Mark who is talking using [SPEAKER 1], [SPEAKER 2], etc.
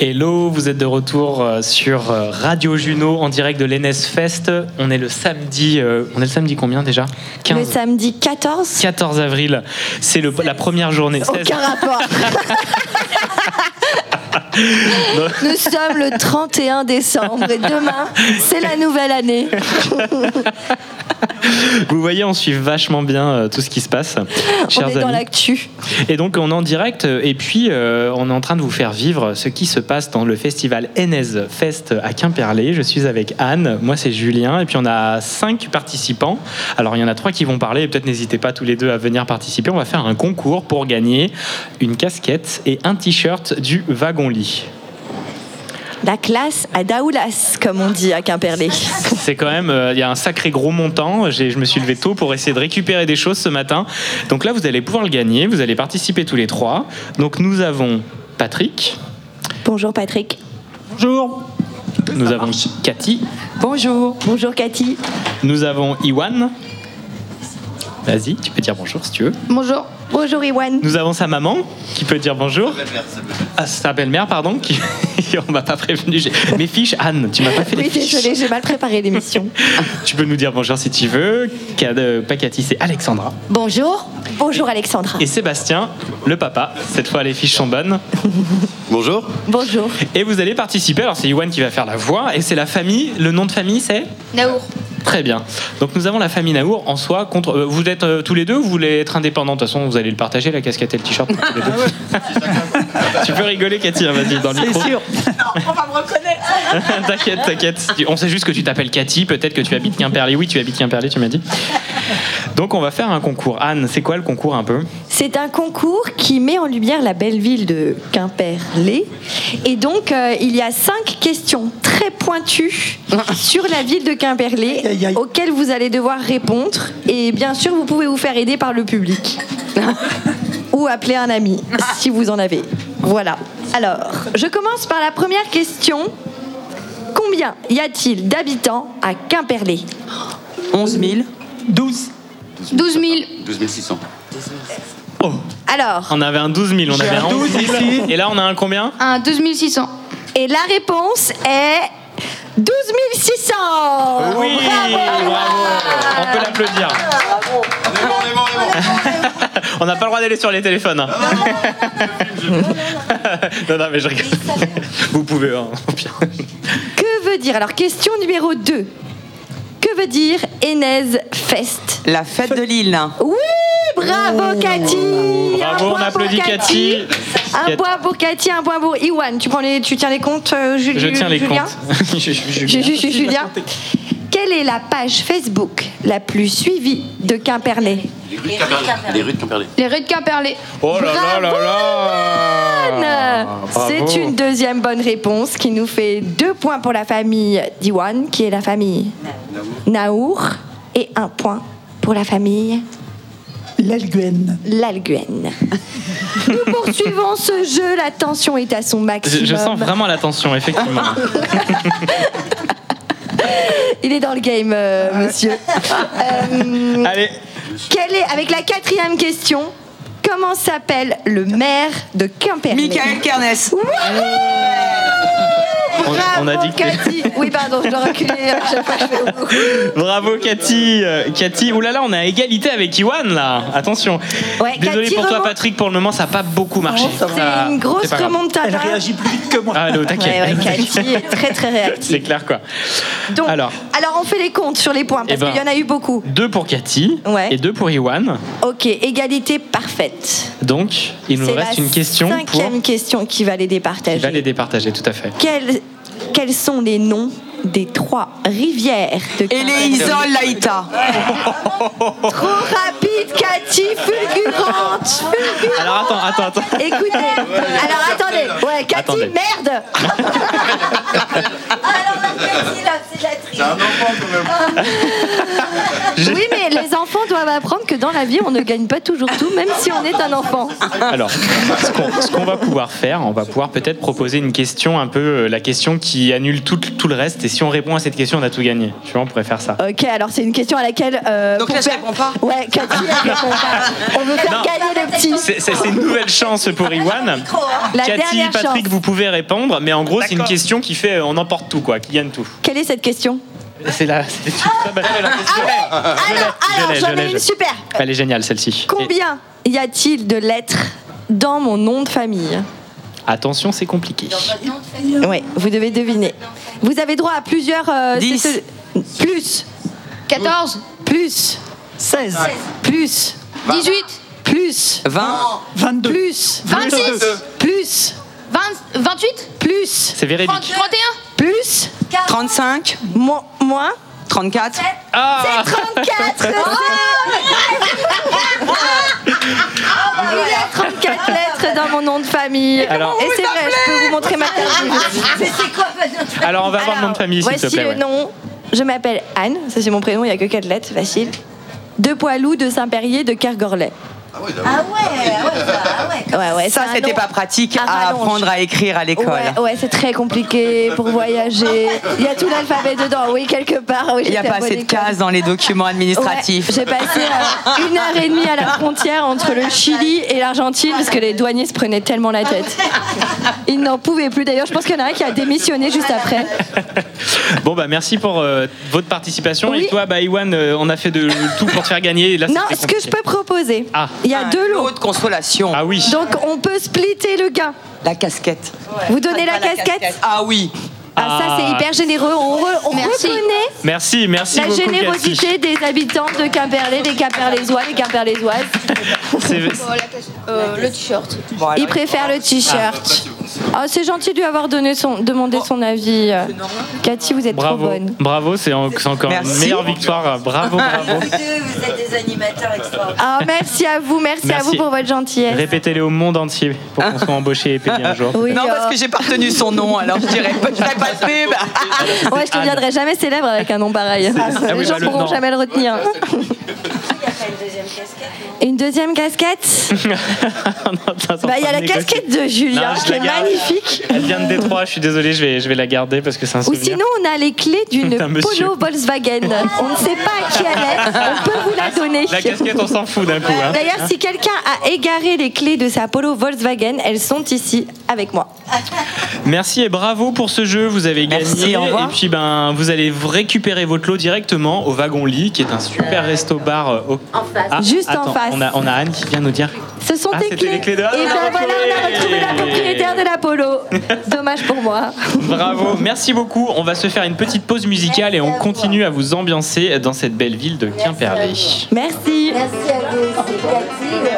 [SPEAKER 1] Hello, vous êtes de retour euh, sur euh, Radio Juno en direct de l'ENES Fest. On est le samedi, euh, on est le samedi combien déjà
[SPEAKER 2] Le
[SPEAKER 1] 15,
[SPEAKER 2] samedi 14
[SPEAKER 1] 14 avril. C'est le- la première journée. 16.
[SPEAKER 2] Aucun rapport. Nous sommes le 31 décembre et demain, c'est la nouvelle année.
[SPEAKER 1] Vous voyez, on suit vachement bien euh, tout ce qui se passe.
[SPEAKER 2] On
[SPEAKER 1] chers
[SPEAKER 2] est dans
[SPEAKER 1] amis.
[SPEAKER 2] l'actu.
[SPEAKER 1] Et donc on est en direct euh, et puis euh, on est en train de vous faire vivre ce qui se passe dans le festival Enez Fest à Quimperlé. Je suis avec Anne, moi c'est Julien et puis on a cinq participants. Alors il y en a trois qui vont parler et peut-être n'hésitez pas tous les deux à venir participer. On va faire un concours pour gagner une casquette et un t-shirt du wagon lit.
[SPEAKER 2] La classe à Daoulas, comme on dit à Quimperlé.
[SPEAKER 1] C'est quand même, euh, il y a un sacré gros montant. J'ai- Je me suis levé tôt pour essayer de récupérer des choses ce matin. Donc là, vous allez pouvoir le gagner. Vous allez participer tous les trois. Donc nous avons Patrick.
[SPEAKER 2] Bonjour Patrick.
[SPEAKER 1] Bonjour. Nous avons Cathy.
[SPEAKER 2] Bonjour. Bonjour Cathy.
[SPEAKER 1] Nous avons Iwan. Vas-y, tu peux dire bonjour si tu veux.
[SPEAKER 2] Bonjour. Bonjour Iwan.
[SPEAKER 1] Nous avons sa maman qui peut dire bonjour. Ah, sa belle-mère, pardon. Qui... On m'a pas prévenu. j'ai- Mes fiches, Anne, tu m'as pas fait les
[SPEAKER 2] Oui,
[SPEAKER 1] fiches.
[SPEAKER 2] désolé, j'ai mal préparé l'émission.
[SPEAKER 1] Tu peux nous dire bonjour si tu veux. Cad- euh, Pas Cathy, c'est Alexandra.
[SPEAKER 2] Bonjour. Bonjour Alexandra.
[SPEAKER 1] Et Sébastien, le papa. Cette fois, les fiches sont bonnes.
[SPEAKER 3] Bonjour.
[SPEAKER 2] Bonjour.
[SPEAKER 1] Et vous allez participer. Alors, c'est Iwan qui va faire la voix. Et c'est la famille. Le nom de famille, c'est
[SPEAKER 4] Naour.
[SPEAKER 1] Très bien. Donc nous avons la famille Naour en soi contre. euh, vous êtes euh, tous les deux ou vous voulez être indépendants De toute façon, vous allez le partager, la casquette et le t-shirt. tous les deux. tu peux rigoler, Cathy, hein, vas-y, dans le micro. Ah C'est sûr. on va me reconnaître. t'inquiète, t'inquiète. Tu- On sait juste que tu t'appelles Cathy, peut-être que tu habites Quimperlé. Oui, tu habites Quimperlé, tu m'as dit. Donc on va faire un concours. Anne, c'est quoi le concours un peu
[SPEAKER 2] C'est un concours qui met en lumière la belle ville de Quimperlé. Et donc, euh, il y a cinq questions très pointues sur la ville de Quimperlé auxquelles vous allez devoir répondre. Et bien sûr, vous pouvez vous faire aider par le public. Ou appeler un ami, si vous en avez. Voilà. Alors, je commence par la première question. Combien y a-t-il d'habitants à Quimperlé
[SPEAKER 4] 12 000.
[SPEAKER 3] 12 600.
[SPEAKER 2] Alors,
[SPEAKER 1] Oh, On avait un 12 000, on avait un 11 000. Et là, on a un combien
[SPEAKER 4] Un 12 600.
[SPEAKER 2] Et la réponse est 12 600
[SPEAKER 1] Oui, bravo. On peut l'applaudir.
[SPEAKER 3] On est bon, on est bon, on est bon.
[SPEAKER 1] On n'a pas le droit d'aller sur les téléphones. hein. Non, non, mais je rigole. Vous pouvez, hein, au pire.
[SPEAKER 2] Que veut dire Alors, question numéro 2. Que veut dire Enez Fest
[SPEAKER 5] La fête de Lille. Oh.
[SPEAKER 2] Oui Bravo Cathy Un
[SPEAKER 1] Bravo, on
[SPEAKER 2] point pour
[SPEAKER 1] applaudit Cathy.
[SPEAKER 2] Un
[SPEAKER 1] Cathy.
[SPEAKER 2] point pour Cathy, un point pour Iwan. Tu, prends les, tu tiens les comptes, euh, Ju-
[SPEAKER 1] Je
[SPEAKER 2] Ju-
[SPEAKER 1] tiens les
[SPEAKER 2] Julien
[SPEAKER 1] comptes. Je- je- je-
[SPEAKER 2] Ju- Ju- Ju- Julien Quelle est la page Facebook la plus suivie de Quimperlé
[SPEAKER 3] Les rues de Quimperlé. Les rues de Quimperlé.
[SPEAKER 4] Les rues de Quimperlé.
[SPEAKER 1] Oh là là là là
[SPEAKER 2] C'est une deuxième bonne réponse qui nous fait deux points pour la famille d'Iwan, qui est la famille Naour, et un point pour la famille
[SPEAKER 6] L'Alguen.
[SPEAKER 2] Lalguen. Nous poursuivons ce jeu, la tension est à son
[SPEAKER 1] Je,
[SPEAKER 2] maximum.
[SPEAKER 1] je sens vraiment la tension, effectivement.
[SPEAKER 2] Il est dans le game, euh, monsieur. Euh,
[SPEAKER 1] Allez,
[SPEAKER 2] quelle est, avec la quatrième question, comment s'appelle le maire de Quimperlé
[SPEAKER 5] Michael Kernes.
[SPEAKER 1] on, on a
[SPEAKER 2] Bravo,
[SPEAKER 1] dit que.
[SPEAKER 2] Cathy. Oui, pardon, je dois reculer. à chaque fois, je fais ouh.
[SPEAKER 1] Bravo Cathy, Euh, Cathy. Oulala, là là, on est à égalité avec Iwan là. Attention.
[SPEAKER 2] Ouais,
[SPEAKER 1] Désolé
[SPEAKER 2] Cathy
[SPEAKER 1] pour toi
[SPEAKER 2] remonte.
[SPEAKER 1] Patrick, pour le moment ça n'a pas beaucoup marché.
[SPEAKER 6] Non, ça va.
[SPEAKER 2] C'est
[SPEAKER 1] Ça-
[SPEAKER 2] une
[SPEAKER 1] c'est
[SPEAKER 2] grosse
[SPEAKER 1] pas grave.
[SPEAKER 6] Elle
[SPEAKER 2] remontada.
[SPEAKER 6] réagit plus vite que moi.
[SPEAKER 1] Ah, allez, au taquet.
[SPEAKER 2] Ouais, ouais, Cathy est très très réactive.
[SPEAKER 1] C'est clair quoi.
[SPEAKER 2] Donc,
[SPEAKER 1] Alors.
[SPEAKER 2] alors. on fait les comptes sur les points
[SPEAKER 1] Eh
[SPEAKER 2] parce
[SPEAKER 1] ben.
[SPEAKER 2] qu'il y en a eu beaucoup.
[SPEAKER 1] Deux pour Cathy
[SPEAKER 2] Ouais.
[SPEAKER 1] et deux pour Iwan.
[SPEAKER 2] Ok, égalité parfaite.
[SPEAKER 1] Donc, il nous
[SPEAKER 2] C'est la
[SPEAKER 1] reste une question pour
[SPEAKER 2] cinquième question qui va les
[SPEAKER 1] qui
[SPEAKER 2] départager.
[SPEAKER 1] va les départager, tout à fait.
[SPEAKER 2] Quels, quels sont les noms des trois rivières de
[SPEAKER 5] Et les
[SPEAKER 2] Quimperlé
[SPEAKER 5] Isol Laïta.
[SPEAKER 2] Trop rapide, Cathy, fulgurante, fulgurante.
[SPEAKER 1] Alors attends, attends, attends.
[SPEAKER 2] Écoutez, alors attendez, ouais, Cathy,
[SPEAKER 1] Attendez.
[SPEAKER 2] merde
[SPEAKER 3] C'est un enfant quand même.
[SPEAKER 2] Oui, mais les enfants doivent apprendre que dans la vie, on ne gagne pas toujours tout, même si on est un enfant.
[SPEAKER 1] Alors, ce qu'on, ce qu'on va pouvoir faire, on va pouvoir peut-être proposer une question un peu, euh, la question qui annule tout, tout le reste. Et si on répond à cette question, on a tout gagné. Tu vois, on pourrait faire ça.
[SPEAKER 2] Ok, alors c'est une question à laquelle. euh,
[SPEAKER 5] Donc
[SPEAKER 2] pour
[SPEAKER 5] là, je
[SPEAKER 2] faire-
[SPEAKER 5] réponds pas
[SPEAKER 2] Ouais, Cathy, elle répond pas. On veut faire
[SPEAKER 1] Non.
[SPEAKER 2] gagner les petits.
[SPEAKER 1] C'est, c'est- c'est une nouvelle chance pour Iwan.
[SPEAKER 2] La
[SPEAKER 1] Cathy,
[SPEAKER 2] dernière
[SPEAKER 1] Patrick,
[SPEAKER 2] chance.
[SPEAKER 1] vous pouvez répondre, mais en gros, c'est une
[SPEAKER 6] D'accord.
[SPEAKER 1] question qui fait euh, on emporte tout, quoi, qui gagne tout. Ah.
[SPEAKER 2] Quelle est cette question
[SPEAKER 1] C'est la. C'est une très bonne- Je l'ai, Ah, je l'ai, je
[SPEAKER 2] Alors, alors
[SPEAKER 1] l'ai,
[SPEAKER 2] j'en
[SPEAKER 1] je l'ai,
[SPEAKER 2] ai
[SPEAKER 1] je
[SPEAKER 2] une
[SPEAKER 1] l'ai.
[SPEAKER 2] super.
[SPEAKER 1] Elle est géniale celle-ci. Et-
[SPEAKER 2] Combien y a-t-il de lettres dans mon nom de famille
[SPEAKER 1] Attention, c'est compliqué.
[SPEAKER 2] Oui, vous devez deviner. Vous avez droit à plusieurs. euh,
[SPEAKER 5] Dix.
[SPEAKER 2] c'est ce- Plus,
[SPEAKER 4] 14,
[SPEAKER 2] plus,
[SPEAKER 6] 16,
[SPEAKER 2] plus,
[SPEAKER 4] 18,
[SPEAKER 2] plus,
[SPEAKER 5] 20
[SPEAKER 6] 22,
[SPEAKER 2] plus,
[SPEAKER 4] 26,
[SPEAKER 2] plus,
[SPEAKER 4] 20, 28,
[SPEAKER 2] plus,
[SPEAKER 1] C'est véridique.
[SPEAKER 4] 30, 31.
[SPEAKER 2] plus,
[SPEAKER 5] 35
[SPEAKER 2] mo- moins.
[SPEAKER 5] 34
[SPEAKER 1] Ah
[SPEAKER 2] 34
[SPEAKER 7] Ah, bah,
[SPEAKER 2] Il y a 34 lettres dans mon nom de famille.
[SPEAKER 1] Alors-
[SPEAKER 2] Et c'est vrai, je peux vous montrer ma carte.
[SPEAKER 1] Alors, on va voir le nom de famille, s'il
[SPEAKER 2] Voici
[SPEAKER 1] te plaît.
[SPEAKER 2] le
[SPEAKER 1] ouais.
[SPEAKER 2] nom. Je m'appelle Anne, ça c'est mon prénom, il n'y a que 4 lettres, facile. De Poilou, de Saint-Périer, de Kergorlet.
[SPEAKER 3] Ah ouais, là,
[SPEAKER 7] ah
[SPEAKER 2] Ouais, ouais,
[SPEAKER 5] Ça,
[SPEAKER 2] c'est un
[SPEAKER 5] c'était
[SPEAKER 2] nom
[SPEAKER 5] pas pratique
[SPEAKER 2] à
[SPEAKER 5] à
[SPEAKER 2] rallonge.
[SPEAKER 5] apprendre à écrire à l'école.
[SPEAKER 2] Ouais, ouais, c'est très compliqué pour voyager. Il y a tout l'alphabet dedans, oui, quelque part. oui,
[SPEAKER 5] Il n'y a
[SPEAKER 2] j'étais
[SPEAKER 5] pas
[SPEAKER 2] à bonne
[SPEAKER 5] assez de
[SPEAKER 2] école.
[SPEAKER 5] cases dans les documents administratifs.
[SPEAKER 2] Ouais, J'ai passé euh, une heure et demie à la frontière entre le Chili et l'Argentine parce que les douaniers se prenaient tellement la tête. Ils n'en pouvaient plus. D'ailleurs, je pense qu'il y en a un qui a démissionné juste après.
[SPEAKER 1] Bon, bah merci pour euh, votre participation. Et
[SPEAKER 2] Oui.
[SPEAKER 1] toi, bah, Iwan, euh, on a fait de tout pour te faire gagner. Là,
[SPEAKER 2] Non,
[SPEAKER 1] c'était
[SPEAKER 2] ce que je
[SPEAKER 1] compliqué.
[SPEAKER 2] peux proposer,
[SPEAKER 1] Ah.
[SPEAKER 2] il y a deux lots.
[SPEAKER 5] Lot de consolation.
[SPEAKER 1] Ah oui.
[SPEAKER 2] Donc, on peut splitter le gain.
[SPEAKER 5] La casquette.
[SPEAKER 2] Vous donnez la casquette
[SPEAKER 5] Ah oui.
[SPEAKER 2] Ah, ça, c'est hyper généreux. On, re- on
[SPEAKER 4] Merci.
[SPEAKER 2] reconnaît
[SPEAKER 1] Merci, merci
[SPEAKER 2] la
[SPEAKER 1] beaucoup.
[SPEAKER 2] générosité des habitants de Quimperlé, des Quimperlésois, des Quimperlésoises.
[SPEAKER 1] Ah, Cathy. C'est-
[SPEAKER 4] le t-shirt.
[SPEAKER 5] Bon, alors,
[SPEAKER 2] Ils préfèrent le t-shirt. Ah, c'est gentil de lui avoir donné son, demandé son avis. euh. Cathy, vous êtes
[SPEAKER 1] Oh. Bravo,
[SPEAKER 2] trop bonne.
[SPEAKER 1] bravo, c'est en- c'est encore une
[SPEAKER 5] Merci.
[SPEAKER 1] meilleure victoire. Bravo, bravo.
[SPEAKER 7] Vous êtes des animateurs extraordinaires.
[SPEAKER 2] Ah, merci à vous, merci,
[SPEAKER 1] Merci.
[SPEAKER 2] à vous pour votre gentillesse.
[SPEAKER 1] Répétez-les au monde entier pour qu'on soit embauché et payé un jour.
[SPEAKER 2] Oui,
[SPEAKER 5] Non,
[SPEAKER 2] euh,
[SPEAKER 5] parce que j'ai pas retenu son nom, alors je dirais je ferai pas bah. de pub.
[SPEAKER 2] euh, ouais, je ne deviendrai jamais célèbre avec un nom pareil.
[SPEAKER 1] Ah oui,
[SPEAKER 2] Les gens
[SPEAKER 1] bah,
[SPEAKER 2] ne
[SPEAKER 1] le-
[SPEAKER 2] pourront
[SPEAKER 1] non.
[SPEAKER 2] jamais le retenir.
[SPEAKER 7] Il n'y a pas une deuxième casquette, non
[SPEAKER 2] Et une deuxième casquette
[SPEAKER 1] Non, t'es en
[SPEAKER 2] Bah, Il y a
[SPEAKER 1] train
[SPEAKER 2] la
[SPEAKER 1] de négocier.
[SPEAKER 2] casquette de Julien
[SPEAKER 1] Non, je
[SPEAKER 2] qui
[SPEAKER 1] la
[SPEAKER 2] est
[SPEAKER 1] garde.
[SPEAKER 2] magnifique.
[SPEAKER 1] Elle vient de Détroit, je suis désolé, je vais, je vais la garder parce que c'est un
[SPEAKER 2] Ou
[SPEAKER 1] souvenir.
[SPEAKER 2] sinon, on a les clés d'une
[SPEAKER 1] D'un monsieur.
[SPEAKER 2] Polo Volkswagen. On ne sait pas à qui elle est. On peut vous la donner.
[SPEAKER 1] La casquette, on s'en fout d'un coup. hein.
[SPEAKER 2] D'ailleurs, si quelqu'un a égaré les clés de sa Polo Volkswagen, elles sont ici avec moi.
[SPEAKER 1] Merci et bravo pour ce jeu, vous avez gagné.
[SPEAKER 5] Merci, au revoir.
[SPEAKER 1] Et puis ben, vous allez récupérer votre lot directement au Wagon Lit, qui est un super resto-bar. euh, Au... En face.
[SPEAKER 2] Juste en face.
[SPEAKER 1] On a, on a Anne qui vient nous dire.
[SPEAKER 2] Ce sont
[SPEAKER 1] Ah,
[SPEAKER 2] tes
[SPEAKER 1] c'était
[SPEAKER 2] clés.
[SPEAKER 1] les clés de-
[SPEAKER 2] Et
[SPEAKER 1] Ah,
[SPEAKER 2] ben
[SPEAKER 1] oui.
[SPEAKER 2] voilà, on a retrouvé la propriétaire de la Polo. Dommage pour moi.
[SPEAKER 1] Bravo, merci beaucoup. On va se faire une petite pause musicale et on continue à vous ambiancer dans cette belle ville de Quimperlé.
[SPEAKER 2] Merci.
[SPEAKER 7] Merci à vous, c'est Cathy,